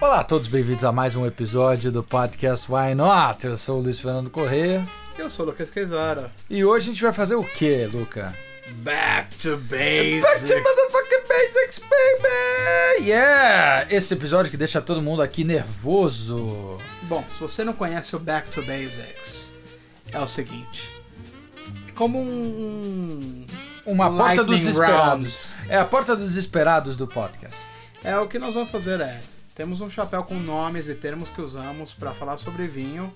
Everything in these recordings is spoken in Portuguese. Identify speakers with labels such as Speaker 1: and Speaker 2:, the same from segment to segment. Speaker 1: Olá a todos, bem-vindos a mais um episódio do podcast Why Not? Eu sou o Luiz Fernando Correia
Speaker 2: Eu sou o Lucas Quezara.
Speaker 1: e hoje a gente vai fazer o que, Luca?
Speaker 2: Back to
Speaker 1: Back to
Speaker 2: basics.
Speaker 1: motherfucking basics, baby! Yeah! Esse episódio que deixa todo mundo aqui nervoso.
Speaker 2: Bom, se você não conhece o Back to Basics, é o seguinte. É Como um.
Speaker 1: Uma
Speaker 2: um
Speaker 1: porta dos
Speaker 2: lightning
Speaker 1: esperados.
Speaker 2: round.
Speaker 1: É a porta dos esperados do podcast.
Speaker 2: É, o que nós vamos fazer é. Temos um chapéu com nomes e termos que usamos pra falar sobre vinho,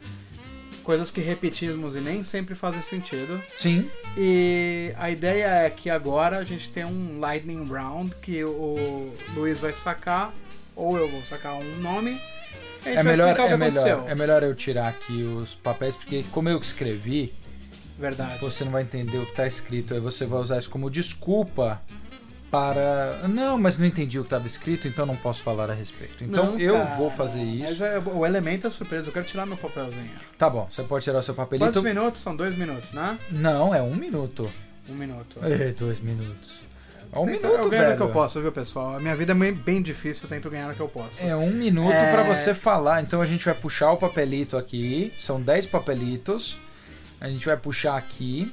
Speaker 2: coisas que repetimos e nem sempre fazem sentido.
Speaker 1: Sim.
Speaker 2: E a ideia é que agora a gente tem um lightning round que o Luiz vai sacar, ou eu vou sacar um nome. e a gente
Speaker 1: É
Speaker 2: vai
Speaker 1: melhor,
Speaker 2: explicar o que
Speaker 1: é, melhor,
Speaker 2: aconteceu.
Speaker 1: é melhor eu tirar aqui os papéis, porque como eu escrevi,
Speaker 2: Verdade.
Speaker 1: você não vai entender o que tá escrito. Aí você vai usar isso como desculpa para. Não, mas não entendi o que estava escrito, então não posso falar a respeito. Então
Speaker 2: Não,
Speaker 1: eu
Speaker 2: cara.
Speaker 1: vou fazer isso.
Speaker 2: Mas é- o elemento é surpresa, eu quero tirar meu papelzinho.
Speaker 1: Tá bom, você pode tirar o seu
Speaker 2: Quantos
Speaker 1: papelito.
Speaker 2: minutos? São dois minutos, né?
Speaker 1: Não, é um minuto.
Speaker 2: Um minuto.
Speaker 1: Ei, dois minutos. É um
Speaker 2: Tento-
Speaker 1: minuto,
Speaker 2: eu ganho
Speaker 1: velho.
Speaker 2: o que eu posso, viu, pessoal? A minha vida é bem- bem difícil, eu tento ganhar o que eu posso.
Speaker 1: É um minuto
Speaker 2: É.
Speaker 1: pra você falar. Então a gente vai puxar o papelito aqui. São 10 papelitos. A gente vai puxar aqui.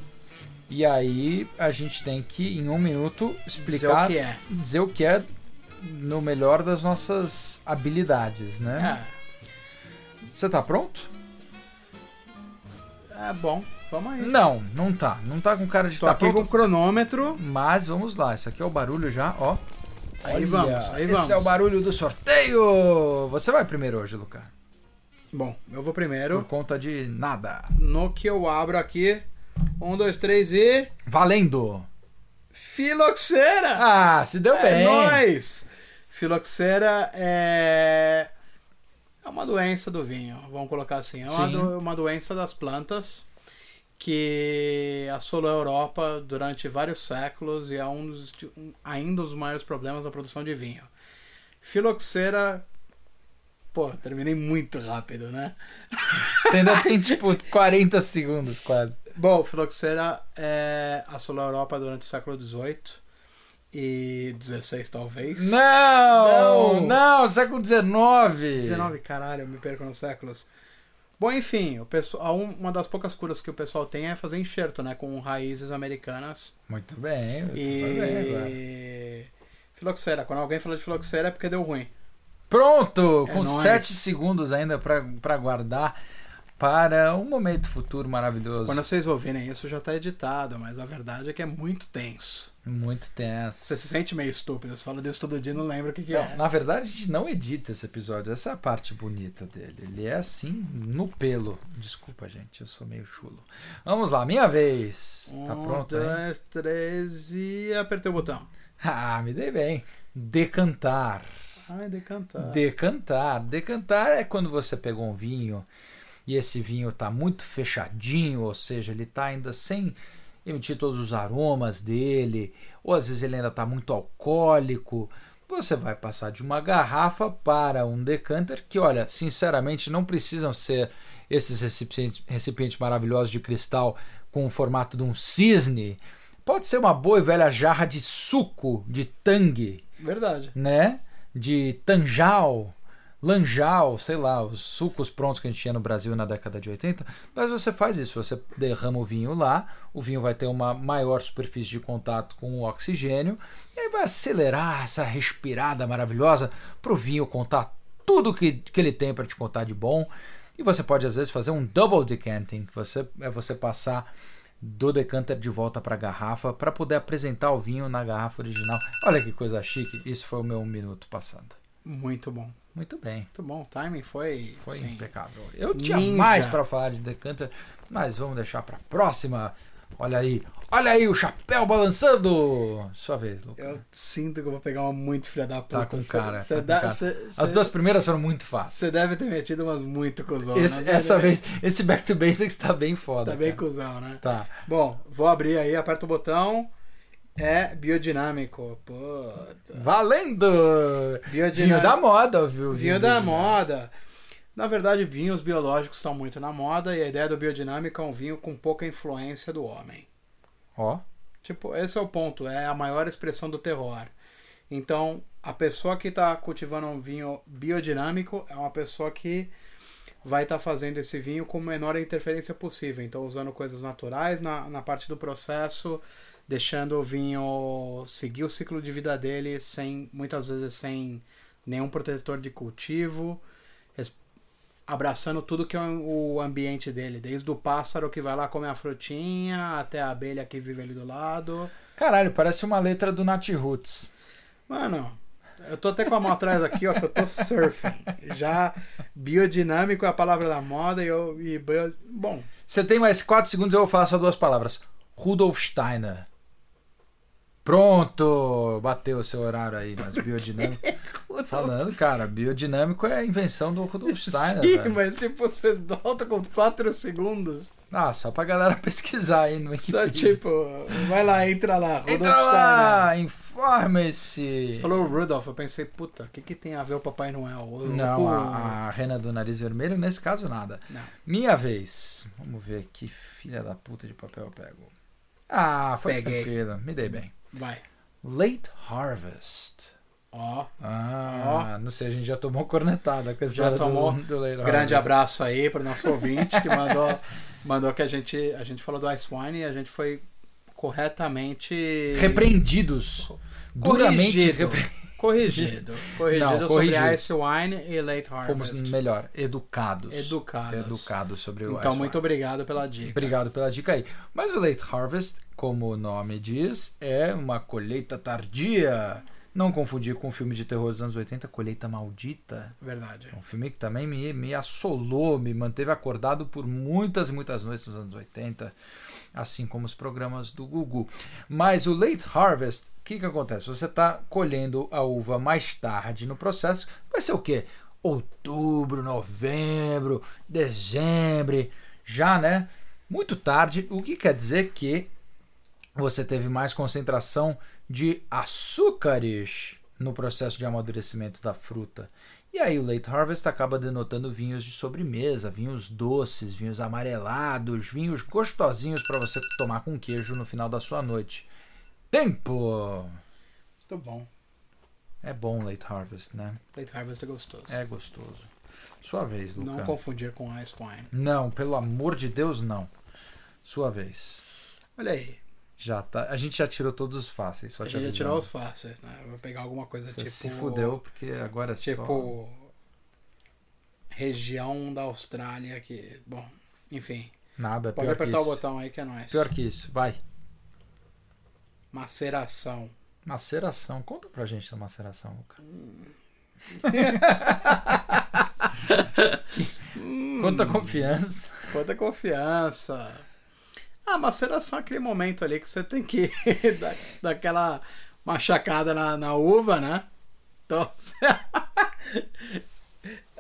Speaker 1: E aí a gente tem que, em um minuto,
Speaker 2: Dizer
Speaker 1: explicar,
Speaker 2: o que é.
Speaker 1: dizer o que é no melhor das nossas habilidades, né?
Speaker 2: É.
Speaker 1: Você tá pronto?
Speaker 2: É bom, vamos aí.
Speaker 1: Não, não tá. Não tá com cara de
Speaker 2: Tô
Speaker 1: tá
Speaker 2: aqui com
Speaker 1: pronto.
Speaker 2: o cronômetro.
Speaker 1: Mas vamos lá. Isso aqui é o barulho já, ó.
Speaker 2: Aí
Speaker 1: Olha,
Speaker 2: vamos, aí
Speaker 1: esse
Speaker 2: vamos.
Speaker 1: é o barulho do sorteio! Você vai primeiro hoje, Luca.
Speaker 2: Bom, eu vou
Speaker 1: Por
Speaker 2: primeiro.
Speaker 1: conta de nada.
Speaker 2: No que eu abro aqui. Um, dois, três e.
Speaker 1: Valendo!
Speaker 2: Filoxera!
Speaker 1: Ah, se deu
Speaker 2: É
Speaker 1: bem.
Speaker 2: nóis! Filoxera é. É uma doença do vinho, vamos colocar assim. É uma,
Speaker 1: Sim.
Speaker 2: do- uma doença das plantas que assolou a Europa durante vários séculos e é um dos, um- ainda um dos maiores problemas da produção de vinho. Filoxera. Pô, terminei muito rápido, né?
Speaker 1: Você ainda tem tipo 40 segundos quase.
Speaker 2: Bom, filoxera é, assolou a Europa durante o século XVIII e XVI, talvez.
Speaker 1: Né? Não! tá Não,
Speaker 2: Não.
Speaker 1: século XIX.
Speaker 2: 19, caralho, eu me perco nos séculos. Bom, enfim, o pessoal, um- uma das poucas curas que o pessoal tem é fazer enxerto, né? Com raízes americanas.
Speaker 1: Muito bem, você foi tá bem agora.
Speaker 2: E. Filoxera, quando alguém fala de filoxera é porque deu ruim.
Speaker 1: Pronto,
Speaker 2: É
Speaker 1: com
Speaker 2: nóis.
Speaker 1: 7 segundos ainda pra pra guardar para um momento futuro maravilhoso.
Speaker 2: Quando vocês ouvirem isso já tá editado, mas a verdade é que é muito tenso.
Speaker 1: Muito tenso.
Speaker 2: Você se sente meio estúpido, você fala disso todo dia e não lembra o que, que
Speaker 1: Não,
Speaker 2: é.
Speaker 1: na verdade, a gente não edita esse episódio. Essa é a parte bonita dele. Ele é assim, no pelo. Desculpa, gente, eu sou meio chulo. Vamos lá, minha vez. Tá
Speaker 2: um,
Speaker 1: pronto, hein?
Speaker 2: dois, três e apertei o botão.
Speaker 1: Ah, me dei bem. Decantar.
Speaker 2: Ai, decantar.
Speaker 1: Decantar. Decantar é quando você pegou um vinho e esse vinho tá muito fechadinho, ou seja, ele tá ainda sem emitir todos os aromas dele, ou às vezes ele ainda tá muito alcoólico. Você vai passar de uma garrafa para um decanter que, olha, sinceramente não precisam ser esses recipientes, recipientes maravilhosos de cristal com o formato de um cisne. Pode ser uma boa e velha jarra de suco de tangue,
Speaker 2: Verdade.
Speaker 1: né? De tanjal, lanjal, sei lá, os sucos prontos que a gente tinha no Brasil na década de 80. Mas você faz isso, você derrama o vinho lá, o vinho vai ter uma maior superfície de contato com o oxigênio, e aí vai acelerar essa respirada maravilhosa para o vinho contar tudo que, que ele tem para te contar de bom. E você pode, às vezes, fazer um double decanting, que você, é você passar do decanter de volta para a garrafa para poder apresentar o vinho na garrafa original. Olha que coisa chique. Isso foi o meu minuto passando.
Speaker 2: Muito bom.
Speaker 1: Muito bem.
Speaker 2: Muito bom. O timing foi.
Speaker 1: Foi
Speaker 2: sim.
Speaker 1: impecável. Eu tinha
Speaker 2: Ninja.
Speaker 1: mais para falar de decanter, mas vamos deixar para próxima. Olha aí. Olha aí o chapéu balançando. Sua vez, Lucas.
Speaker 2: Eu sinto que eu vou pegar uma muito filha da puta.
Speaker 1: Tá com cara,
Speaker 2: Cê
Speaker 1: tá com
Speaker 2: dá-
Speaker 1: cara.
Speaker 2: cê-
Speaker 1: As
Speaker 2: cê-
Speaker 1: duas primeiras foram muito fáceis.
Speaker 2: Você deve ter metido umas muito cuzão.
Speaker 1: Esse-
Speaker 2: né?
Speaker 1: essa vez, esse back to basics tá bem foda.
Speaker 2: Tá bem
Speaker 1: cara.
Speaker 2: cuzão, né?
Speaker 1: Tá.
Speaker 2: Bom, vou abrir aí, aperta o botão. É biodinâmico. Puta.
Speaker 1: Valendo! Vinho
Speaker 2: Biodinâmico.
Speaker 1: da moda, viu?
Speaker 2: Vinho da moda. Na verdade, vinhos biológicos estão muito na moda e a ideia do biodinâmico é um vinho com pouca influência do homem.
Speaker 1: Ó.
Speaker 2: Tipo, esse é o ponto, é a maior expressão do terroir. Então, a pessoa que está cultivando um vinho biodinâmico é uma pessoa que vai estar fazendo esse vinho com a menor interferência possível. Então, usando coisas naturais na, na parte do processo, deixando o vinho seguir o ciclo de vida dele sem, muitas vezes, sem nenhum protetor de cultivo, res- abraçando tudo que é o ambiente dele, desde o pássaro que vai lá comer a frutinha até a abelha que vive ali do lado.
Speaker 1: Caralho, parece uma letra do Nat Roots.
Speaker 2: Mano, eu tô até com a mão atrás aqui, ó, que eu tô surfing. Já biodinâmico é a palavra da moda e eu. E, bio- bom,
Speaker 1: Você tem mais 4 segundos, eu vou falar só duas palavras. Rudolf Steiner. Pronto! Bateu o seu horário aí, mas biodinâmico. Falando, cara, biodinâmico é a invenção do Rudolf Steiner.
Speaker 2: sim,
Speaker 1: né, velho.
Speaker 2: mas tipo, você volta com 4 segundos.
Speaker 1: Ah, só pra galera pesquisar aí no
Speaker 2: Só
Speaker 1: Wikipedia.
Speaker 2: tipo, vai lá, entra lá, Rudolf
Speaker 1: Entra lá, informe-se.
Speaker 2: Steiner. Falou Rudolf, eu pensei, puta, o que, que tem a ver o Papai Noel? O-
Speaker 1: Não,
Speaker 2: o-
Speaker 1: a, a rena do nariz vermelho, nesse caso, nada.
Speaker 2: Não.
Speaker 1: Minha vez. Vamos ver que filha da puta de papel eu pego. Ah, foi
Speaker 2: Peguei.
Speaker 1: tranquilo. Me dei bem.
Speaker 2: Vai.
Speaker 1: Late Harvest.
Speaker 2: Ó,
Speaker 1: Ah, não sei, a gente já tomou cornetada com a
Speaker 2: Já
Speaker 1: história do-
Speaker 2: tomou.
Speaker 1: do, Late Harvest.
Speaker 2: grande abraço aí pro nosso ouvinte que mandou, mandou que a gente, a gente falou do Ice Wine e a gente foi corretamente.
Speaker 1: Repreendidos. Duramente
Speaker 2: Corrigido.
Speaker 1: repre...
Speaker 2: Corrigido. Corrigido
Speaker 1: Não,
Speaker 2: sobre
Speaker 1: corrigido.
Speaker 2: Ice Wine e Late
Speaker 1: Fomos,
Speaker 2: Harvest.
Speaker 1: melhor, educados.
Speaker 2: Educados.
Speaker 1: Educados sobre o
Speaker 2: Então,
Speaker 1: Ice
Speaker 2: muito
Speaker 1: Wine.
Speaker 2: obrigado pela dica.
Speaker 1: Obrigado pela dica aí. Mas o Late Harvest, como o nome diz, é uma colheita tardia. Não confundir com o filme de terror dos anos 80, Colheita Maldita.
Speaker 2: Verdade.
Speaker 1: É um filme que também me, me assolou, me manteve acordado por muitas e muitas noites nos anos 80, assim como os programas do Gugu. Mas o Late Harvest, o que, que acontece? Você está colhendo a uva mais tarde no processo, vai ser o quê? Outubro, novembro, dezembro, já, né? Muito tarde, o que quer dizer que você teve mais concentração de açúcares no processo de amadurecimento da fruta. E aí o late harvest acaba denotando vinhos de sobremesa, vinhos doces, vinhos amarelados, vinhos gostosinhos para você tomar com queijo no final da sua noite. Tempo!
Speaker 2: Muito bom.
Speaker 1: É bom o late harvest, né?
Speaker 2: Late Harvest é gostoso.
Speaker 1: É gostoso. Sua vez, Luca.
Speaker 2: Não confundir com Ice Wine.
Speaker 1: Não, pelo amor de Deus, não. Sua vez.
Speaker 2: Olha aí.
Speaker 1: Já tá. A gente já tirou todos os fáceis. Só
Speaker 2: A
Speaker 1: te
Speaker 2: gente ia tirar
Speaker 1: avisando.
Speaker 2: os fáceis, né? Eu Vou pegar alguma coisa
Speaker 1: Você
Speaker 2: tipo.
Speaker 1: se fudeu, porque agora é só...
Speaker 2: Tipo. Região da Austrália que. Bom, enfim.
Speaker 1: Nada, é
Speaker 2: Pode
Speaker 1: pior que
Speaker 2: apertar o
Speaker 1: isso.
Speaker 2: botão aí que é nóis.
Speaker 1: Pior que isso, vai.
Speaker 2: Maceração.
Speaker 1: Maceração. Conta pra gente da maceração, Luca. Quanta confiança.
Speaker 2: Quanta confiança. Ah, maceração é aquele momento ali que você tem que dar, dar aquela machacada na, na uva, né? Então, você-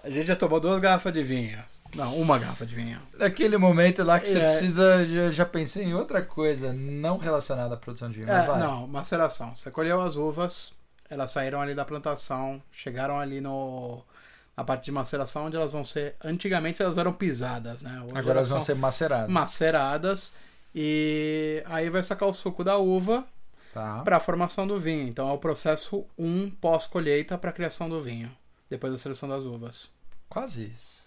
Speaker 2: a gente já tomou duas garrafas de vinho. Não, uma garrafa de vinho.
Speaker 1: Naquele momento lá que você
Speaker 2: É.
Speaker 1: precisa. Já, já pensei em outra coisa não relacionada à produção de vinho.
Speaker 2: É,
Speaker 1: Mas vai.
Speaker 2: não, maceração. Você colheu as uvas, elas saíram ali da plantação, chegaram ali no na parte de maceração onde elas vão ser. Antigamente elas eram pisadas, né? Hoje
Speaker 1: Agora elas vão
Speaker 2: são-
Speaker 1: ser maceradas.
Speaker 2: maceradas e aí vai sacar o suco da uva
Speaker 1: Tá.
Speaker 2: para a Ah. formação do vinho. Então é o processo 1 pós-colheita para a criação do vinho, depois da seleção das uvas.
Speaker 1: Quase isso.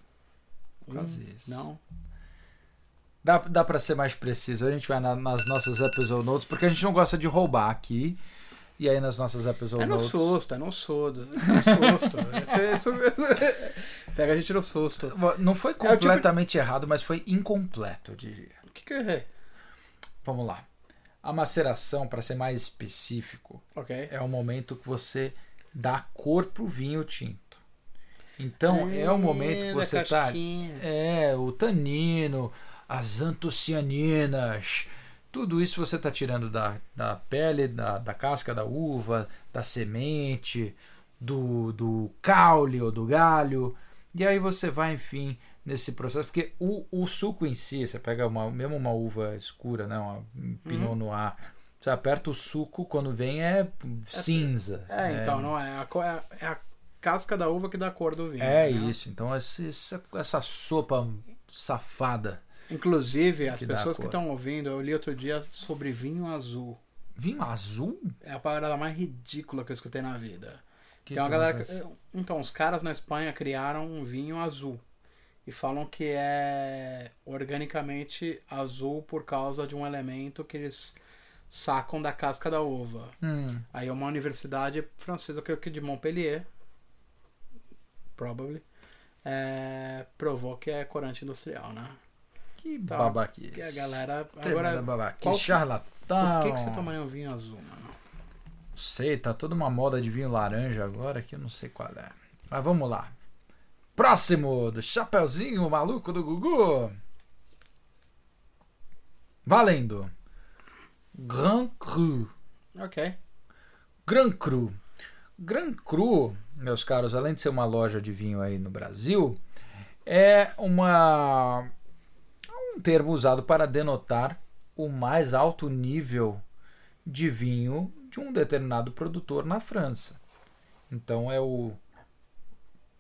Speaker 1: Quase isso.
Speaker 2: Hum, Não.
Speaker 1: Dá, dá para ser mais preciso. A gente vai na- nas nossas episode notes, porque a gente não gosta de roubar aqui. E aí nas nossas episode
Speaker 2: É no
Speaker 1: notes.
Speaker 2: susto, é no susto. É no susto. é Isso- isso- Pega a gente no susto.
Speaker 1: Não foi
Speaker 2: tipo de-
Speaker 1: completamente errado, mas foi incompleto, eu diria.
Speaker 2: O que é? que eu errei?
Speaker 1: Vamos lá. A maceração, para ser mais específico,
Speaker 2: Ok.
Speaker 1: é o momento que você dá cor pro vinho tinto. Então é o momento que
Speaker 2: Hum,
Speaker 1: você
Speaker 2: da
Speaker 1: tá.
Speaker 2: casquinha.
Speaker 1: É, o tanino, as antocianinas, tudo isso você tá tirando da, da pele, da, da casca da uva, da semente, do, do caule ou do galho. E aí você vai, enfim, nesse processo, porque o, o suco em si, você pega uma, mesmo uma uva escura, né, uma Pinot
Speaker 2: Uhum.
Speaker 1: Noir, você aperta o suco, quando vem é cinza.
Speaker 2: É, então, não é. A co- É a, é a casca da uva que dá a cor do vinho.
Speaker 1: É
Speaker 2: né?
Speaker 1: isso, então esse- essa, essa sopa safada.
Speaker 2: Inclusive, as
Speaker 1: Que dá a
Speaker 2: pessoas que
Speaker 1: cor.
Speaker 2: estão ouvindo, eu li outro dia sobre vinho azul.
Speaker 1: Vinho azul?
Speaker 2: É a parada mais ridícula que eu escutei na vida.
Speaker 1: Que
Speaker 2: Tem uma galera.
Speaker 1: plantas?
Speaker 2: que- Então, os caras na Espanha criaram um vinho azul. E falam que é organicamente azul por causa de um elemento que eles sacam da casca da uva.
Speaker 1: Hum,
Speaker 2: Aí é uma universidade francesa, creio que de Montpellier, probably, é, provou que é corante industrial, né?
Speaker 1: que
Speaker 2: Tá.
Speaker 1: babaquice.
Speaker 2: Que a galera.
Speaker 1: Tremenda
Speaker 2: Agora,
Speaker 1: babaquice,
Speaker 2: qual que-
Speaker 1: charlatão.
Speaker 2: por que, que você tomaria um vinho azul, mano?
Speaker 1: Não sei, tá toda uma moda de vinho laranja agora que eu não sei qual é. Mas vamos lá. Próximo do Chapeuzinho Maluco do Gugu. Valendo. Grand Cru.
Speaker 2: Ok.
Speaker 1: Gran Cru. Gran Cru, meus caros, além de ser uma loja de vinho aí no Brasil, é uma um termo usado para denotar o mais alto nível de vinho de um determinado produtor na França. Então é o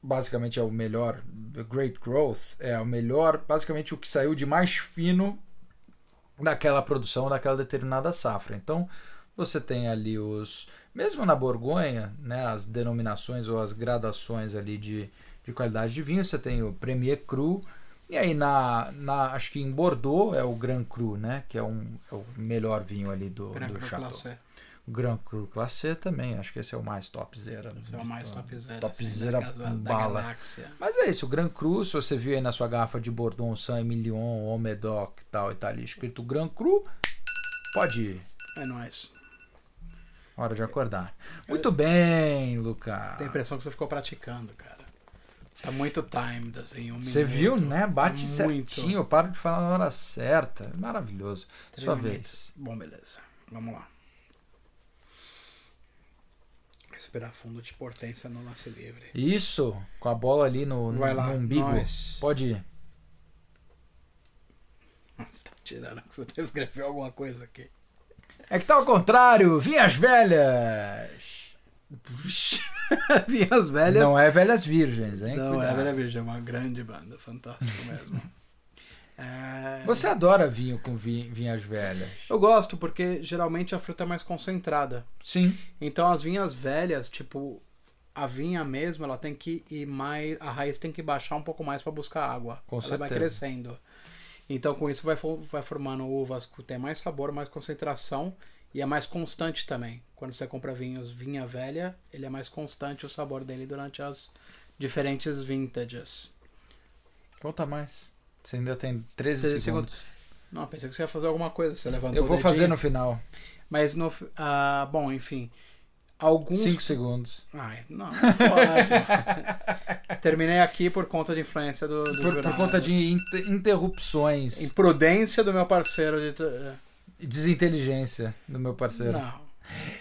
Speaker 1: basicamente é o melhor the Great Growth, é o melhor, basicamente o que saiu de mais fino daquela produção, daquela determinada safra. Então, você tem ali os. Mesmo na Borgonha, né, as denominações ou as gradações ali de, de qualidade de vinho, você tem o Premier Cru. E aí na, na acho que em Bordeaux é o Grand Cru, né, que é, um, é o melhor vinho ali do,
Speaker 2: Gran
Speaker 1: do
Speaker 2: Cru
Speaker 1: Chateau.
Speaker 2: Classé.
Speaker 1: Grand Cru Classe também, acho que esse é o mais topzera. né,
Speaker 2: Você é o
Speaker 1: de
Speaker 2: mais
Speaker 1: todos.
Speaker 2: topzera.
Speaker 1: Topzera
Speaker 2: assim, da, casa- da
Speaker 1: bala.
Speaker 2: galáxia.
Speaker 1: Mas é isso, o Grand Cru, se você viu aí na sua garrafa de Bordeaux, um Saint-Emilion, Omedoc e tal, e tá ali escrito Grand Cru, pode ir.
Speaker 2: É nóis.
Speaker 1: Hora de acordar. Muito bem, Luca.
Speaker 2: Tem a impressão que você ficou praticando, cara. Tá muito timed, assim, um
Speaker 1: Você
Speaker 2: minuto.
Speaker 1: viu, né? Bate
Speaker 2: Muito.
Speaker 1: certinho, eu paro de falar na hora certa. Maravilhoso.
Speaker 2: Três
Speaker 1: sua
Speaker 2: minutos.
Speaker 1: vez.
Speaker 2: Bom, beleza. Vamos lá. Respirar fundo de potência no lance livre.
Speaker 1: Isso, com a bola ali no, no,
Speaker 2: Vai lá,
Speaker 1: no umbigo.
Speaker 2: nós.
Speaker 1: Pode ir.
Speaker 2: Você tá tirando que você escreveu alguma coisa aqui.
Speaker 1: É que tá ao contrário, vinhas velhas.
Speaker 2: Vinhas velhas.
Speaker 1: Não é velhas virgens, hein?
Speaker 2: Não, é
Speaker 1: Cuidado.
Speaker 2: Velha Virgem, é uma grande banda, fantástico mesmo. É,
Speaker 1: Você adora vinho com vi- vinhas velhas.
Speaker 2: Eu gosto porque geralmente a fruta é mais concentrada.
Speaker 1: Sim.
Speaker 2: Então as vinhas velhas, tipo, a vinha mesmo, ela tem que ir mais. A raiz tem que baixar um pouco mais para buscar água.
Speaker 1: Com
Speaker 2: ela vai
Speaker 1: certeza.
Speaker 2: crescendo. Então com isso vai, fo- vai formando uvas que tem mais sabor, mais concentração e é mais constante também. Quando você compra vinhos vinha velha, ele é mais constante o sabor dele durante as diferentes vintages.
Speaker 1: Conta mais. Você ainda tem 13,
Speaker 2: 13
Speaker 1: segundos.
Speaker 2: Não, pensei que você ia fazer alguma coisa, você levantou
Speaker 1: Eu
Speaker 2: o
Speaker 1: vou fazer
Speaker 2: dedinho.
Speaker 1: no final.
Speaker 2: Mas no. fi- ah, bom, enfim. Alguns
Speaker 1: 5 segundos.
Speaker 2: Ai, não, pode. Terminei aqui por conta de influência do, do
Speaker 1: Por, por conta de inter- interrupções e
Speaker 2: imprudência do meu parceiro de. tra-
Speaker 1: desinteligência do meu parceiro.
Speaker 2: Não.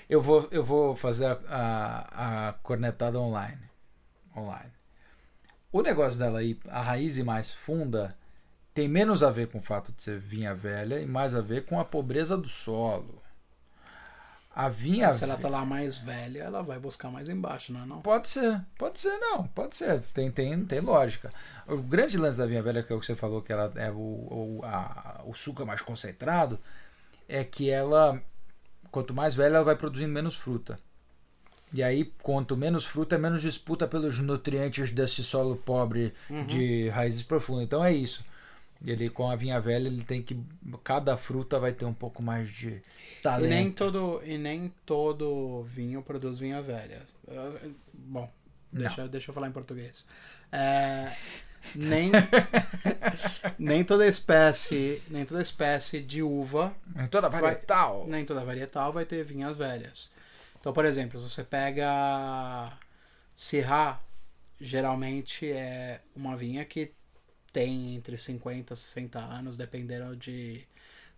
Speaker 1: Eu vou, eu vou fazer a, a- a cornetada online. Online. O negócio dela aí, a raiz e mais funda, tem menos a ver com o fato de ser vinha velha e mais a ver com a pobreza do solo. A vinha
Speaker 2: Se ela tá lá mais velha, ela vai buscar mais embaixo, não é não?
Speaker 1: Pode ser, pode ser, não, pode ser. Tem, tem, tem lógica. O grande lance da vinha velha, que é o que você falou, que ela é o, o, a- o suco é mais concentrado, é que ela, quanto mais velha, ela vai produzindo menos fruta. E aí, quanto menos fruta, menos disputa pelos nutrientes desse solo pobre
Speaker 2: Uhum.
Speaker 1: de raízes profundas. Então é isso. Ele com a vinha velha, ele tem que. Cada fruta vai ter um pouco mais de
Speaker 2: E nem,
Speaker 1: talento.
Speaker 2: todo, e nem todo vinho produz vinha velha. Eh, Bom, deixa, deixa eu falar em português. É, nem, nem toda espécie, nem toda espécie de uva
Speaker 1: Em toda varietal.
Speaker 2: nem toda varietal vai ter vinhas velhas. Então, por exemplo, se você pega Syrah, geralmente é uma vinha que tem entre 50 e 60 anos, dependendo de,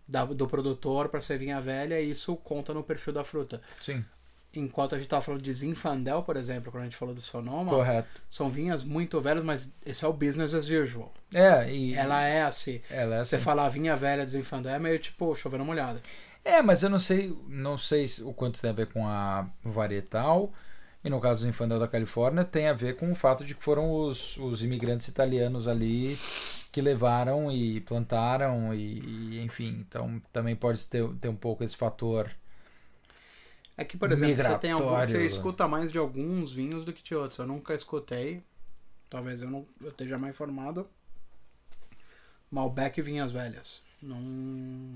Speaker 2: da- do produtor para ser vinha velha, e isso conta no perfil da fruta.
Speaker 1: Sim,
Speaker 2: Enquanto a gente estava falando de Zinfandel, por exemplo, quando a gente falou do Sonoma,
Speaker 1: correto.
Speaker 2: são vinhas muito velhas, mas esse é o business as usual.
Speaker 1: É, e.
Speaker 2: Ela é assim.
Speaker 1: Ela é
Speaker 2: Você
Speaker 1: assim.
Speaker 2: falar vinha velha de Zinfandel é meio tipo chovendo molhada.
Speaker 1: É, mas eu não sei, não sei se- o quanto tem a ver com a varietal. E no caso do Infandel da Califórnia, tem a ver com o fato de que foram os, os imigrantes italianos ali que levaram e plantaram e, e, enfim, então também pode ter, ter um pouco esse fator
Speaker 2: É que, por exemplo, você, tem algum,
Speaker 1: Migratório,
Speaker 2: você
Speaker 1: né?
Speaker 2: escuta mais de alguns vinhos do que de outros. Eu nunca escutei. Talvez eu não eu esteja mais informado. Malbec e vinhas velhas. Não.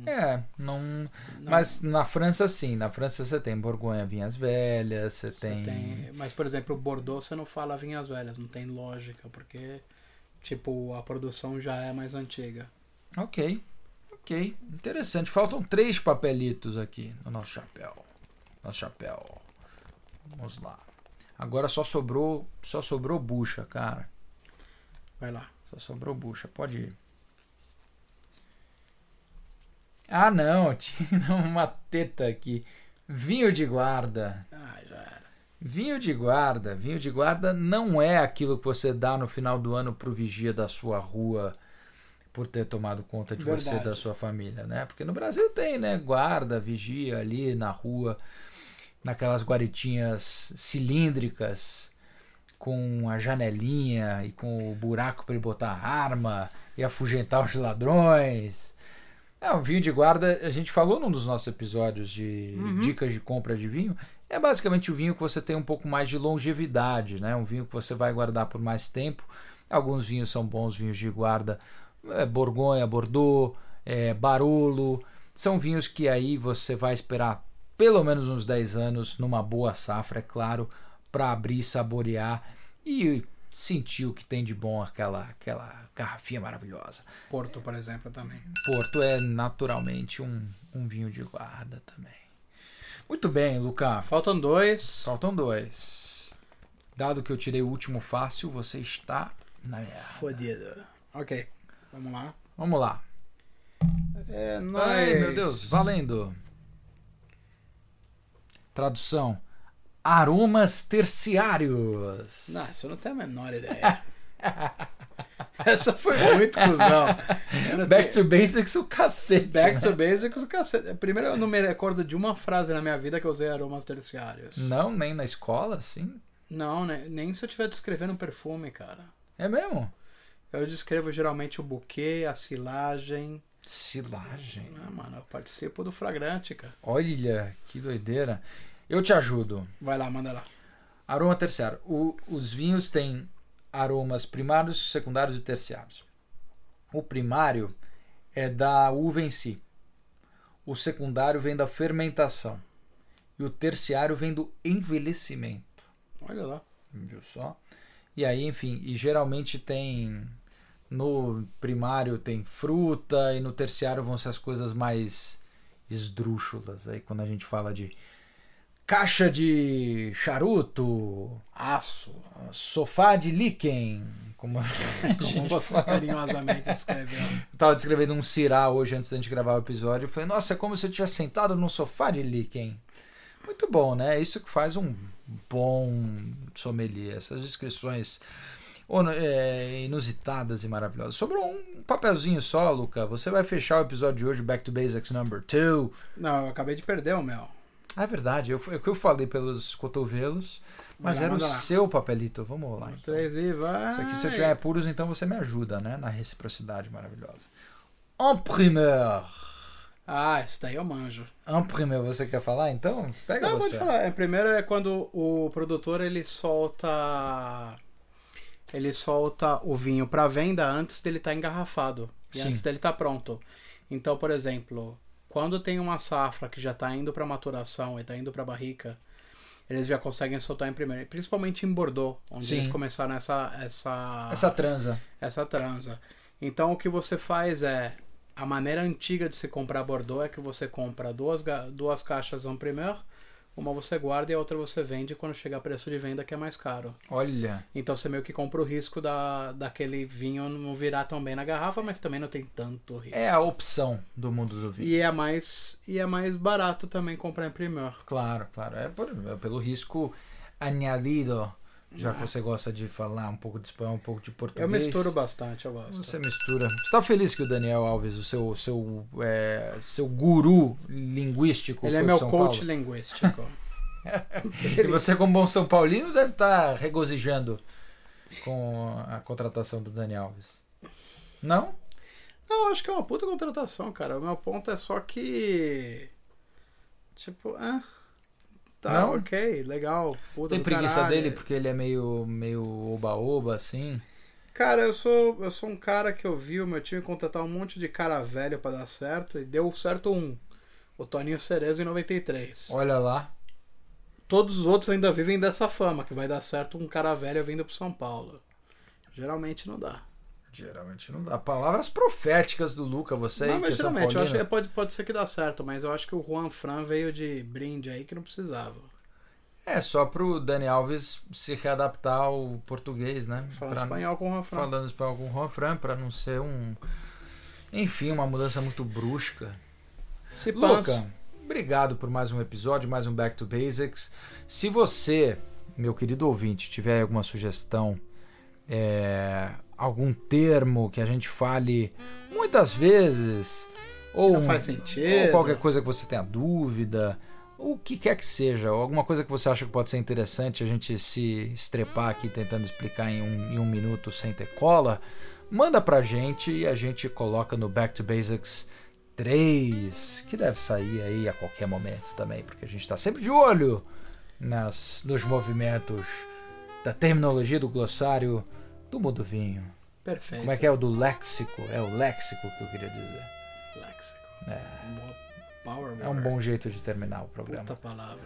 Speaker 1: É, não.
Speaker 2: não-
Speaker 1: Mas na França sim, na França você tem Borgonha, vinhas velhas, você
Speaker 2: você
Speaker 1: tem,
Speaker 2: tem- Mas, por exemplo, o Bordeaux você não fala vinhas velhas. Não tem lógica, porque, tipo, a produção já é mais antiga.
Speaker 1: Ok, ok, interessante. Faltam três papelitos aqui no nosso chapéu, nosso chapéu. Vamos lá. Agora só sobrou, só sobrou bucha, cara.
Speaker 2: Vai lá.
Speaker 1: Só sobrou bucha, pode ir. Ah não, tinha uma teta aqui. Vinho de guarda.
Speaker 2: Ah, já era.
Speaker 1: Vinho de guarda. Vinho de guarda não é aquilo que você dá no final do ano pro vigia da sua rua por ter tomado conta de você e
Speaker 2: Verdade.
Speaker 1: da sua família, né? Porque no Brasil tem, né? Guarda, vigia ali na rua, naquelas guaritinhas cilíndricas com a janelinha e com o buraco para ele botar a arma e afugentar os ladrões. É, o vinho de guarda, a gente falou num dos nossos episódios de dicas de compra de vinho, é basicamente o vinho que você tem um pouco mais de longevidade, né? Um vinho que você vai guardar por mais tempo. Alguns vinhos são bons vinhos de guarda, é, Borgonha, Bordeaux, é, Barolo, são vinhos que aí você vai esperar pelo menos uns 10 anos numa boa safra, é claro, para abrir, saborear e sentir o que tem de bom aquela aquela garrafinha maravilhosa.
Speaker 2: Porto, por exemplo, também.
Speaker 1: Porto é naturalmente um, um vinho de guarda também. Muito bem, Luca.
Speaker 2: Faltam dois.
Speaker 1: Faltam dois. Dado que eu tirei o último fácil, você está na merda.
Speaker 2: Fodido. Ok, vamos lá.
Speaker 1: Vamos lá.
Speaker 2: É nóis.
Speaker 1: Ai, meu Deus, valendo. Tradução: Aromas terciários.
Speaker 2: Nossa, eu não tenho a menor ideia. Essa foi muito cuzão. Eu não
Speaker 1: Back
Speaker 2: tenho-
Speaker 1: to basics, o cacete. né?
Speaker 2: Back to Basics, o cacete. Primeiro eu não me recordo de uma frase na minha vida que eu usei aromas terciários.
Speaker 1: Não, nem na escola, assim.
Speaker 2: Não, né? nem se eu estiver descrevendo um perfume, cara.
Speaker 1: É mesmo?
Speaker 2: Eu descrevo geralmente o buquê, a silagem.
Speaker 1: Silagem.
Speaker 2: Ah, mano, eu participo do fragrante, cara.
Speaker 1: Olha, que doideira. Eu te ajudo.
Speaker 2: Vai lá, manda lá.
Speaker 1: Aroma terciário. O- os vinhos têm aromas primários, secundários e terciários. O primário é da uva em si. O secundário vem da fermentação. E o terciário vem do envelhecimento.
Speaker 2: Olha lá.
Speaker 1: Viu só? E aí, enfim, e geralmente tem. No primário tem fruta e no terciário vão ser as coisas mais esdrúxulas. Aí quando a gente fala de caixa de charuto,
Speaker 2: Aço.
Speaker 1: sofá de líquen, como a
Speaker 2: Como
Speaker 1: gente
Speaker 2: você carinhosamente descreveu.
Speaker 1: eu tava descrevendo um cirá hoje antes da gente gravar o episódio. Eu falei, nossa, é como se eu tivesse sentado num sofá de líquen. Muito bom, né? Isso que faz um bom sommelier. Essas descrições ono- é, inusitadas e maravilhosas. Sobrou um papelzinho só, Luca. Você vai fechar o episódio de hoje, Back to Basics Number 2.
Speaker 2: Não, eu acabei de perder o meu.
Speaker 1: Ah, é verdade. Eu, é o que eu falei pelos cotovelos, mas
Speaker 2: Vai lá,
Speaker 1: era o
Speaker 2: manda lá.
Speaker 1: seu papelito. Vamos lá.
Speaker 2: Um,
Speaker 1: então.
Speaker 2: três e vai.
Speaker 1: Isso aqui, se eu tiver puros, então você me ajuda, né? Na reciprocidade maravilhosa. En primeur.
Speaker 2: Ah, isso daí eu manjo.
Speaker 1: En primeur, você quer falar então? Pega
Speaker 2: Não,
Speaker 1: você.
Speaker 2: pode falar. É, Primeiro é quando o produtor ele solta. Ele solta o vinho pra venda antes dele estar engarrafado. E
Speaker 1: Sim.
Speaker 2: antes dele estar pronto. Então, por exemplo, quando tem uma safra que já tá indo pra maturação e tá indo pra barrica, eles já conseguem soltar em primeiro. Principalmente em Bordeaux, onde
Speaker 1: Sim.
Speaker 2: eles começaram essa, essa,
Speaker 1: Essa transa.
Speaker 2: essa transa. Então o que você faz é a maneira antiga de se comprar Bordeaux é que você compra duas, ga- duas caixas en primeur, uma você guarda e a outra você vende quando chegar preço de venda que é mais caro.
Speaker 1: Olha.
Speaker 2: Então você meio que compra o risco da, daquele vinho não virar tão bem na garrafa, mas também não tem tanto risco.
Speaker 1: É a opção do mundo do vinho.
Speaker 2: E é mais e é mais barato também comprar em primeur.
Speaker 1: Claro, claro. É, por- é pelo risco añadido. Já que você gosta de falar um pouco de espanhol, um pouco de
Speaker 2: Eu
Speaker 1: português.
Speaker 2: misturo bastante, eu gosto.
Speaker 1: Você mistura. Você tá feliz que o Daniel Alves, o seu, seu, é, seu guru linguístico,
Speaker 2: Ele é
Speaker 1: foi
Speaker 2: meu
Speaker 1: pro São
Speaker 2: coach
Speaker 1: Paulo?
Speaker 2: linguístico.
Speaker 1: E você, como bom São Paulino, deve estar regozijando com a contratação do Dani Alves. Não?
Speaker 2: Não, acho que é uma puta contratação, cara. O meu ponto é só que. Tipo, ah, tá,
Speaker 1: Não?
Speaker 2: ok, legal. Puta
Speaker 1: Tem
Speaker 2: do
Speaker 1: preguiça
Speaker 2: caralho.
Speaker 1: dele porque ele é meio meio oba-oba, assim.
Speaker 2: Cara, eu sou, eu sou um cara que eu vi o meu time contratar um monte de cara velho pra dar certo e deu certo um. O Toninho Cerezo em 93.
Speaker 1: Olha lá.
Speaker 2: Todos os outros ainda vivem dessa fama, que vai dar certo um cara velho vindo pro São Paulo. Geralmente não dá.
Speaker 1: Geralmente não dá. Palavras proféticas do Luca, você aí
Speaker 2: não,
Speaker 1: que é
Speaker 2: mas
Speaker 1: São
Speaker 2: geralmente, eu acho que
Speaker 1: Paulino.
Speaker 2: pode, pode ser que dá certo, mas eu acho que o Juan Fran veio de brinde aí que não precisava.
Speaker 1: É só pro Dani Alves se readaptar ao português, né?
Speaker 2: Falando
Speaker 1: Pra-
Speaker 2: espanhol com o Juan Fran.
Speaker 1: falando isso pra algum Juan Fran, pra não ser um. Enfim, uma mudança muito brusca.
Speaker 2: Se
Speaker 1: Luca,
Speaker 2: passa.
Speaker 1: obrigado por mais um episódio, mais um Back to Basics. Se você, meu querido ouvinte, tiver aí alguma sugestão, é, algum termo que a gente fale muitas vezes, ou,
Speaker 2: Não
Speaker 1: um-
Speaker 2: faz sentido.
Speaker 1: ou qualquer coisa que você tenha dúvida, o que quer que seja, ou alguma coisa que você acha que pode ser interessante a gente se estrepar aqui tentando explicar em um, em um minuto sem ter cola, manda pra gente e a gente coloca no Back to Basics 3, que deve sair aí a qualquer momento também, porque a gente tá sempre de olho nas, nos movimentos da terminologia do glossário do mundo vinho.
Speaker 2: Perfeito.
Speaker 1: Como é que é o do léxico? É o léxico que eu queria dizer.
Speaker 2: Léxico.
Speaker 1: É.
Speaker 2: Um bom power
Speaker 1: É um bom jeito de terminar o programa.
Speaker 2: Puta palavra.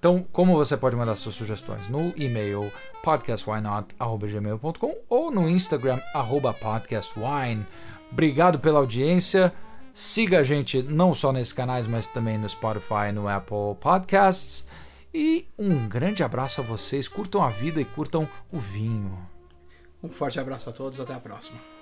Speaker 1: Então, como você pode mandar suas sugestões? No e-mail podcastwhynot.gmail.com ou no Instagram arroba podcastwine. Obrigado pela audiência. Siga a gente não só nesses canais, mas também no Spotify e no Apple Podcasts. E um grande abraço a vocês. Curtam a vida e curtam o vinho.
Speaker 2: Um forte abraço a todos, até a próxima.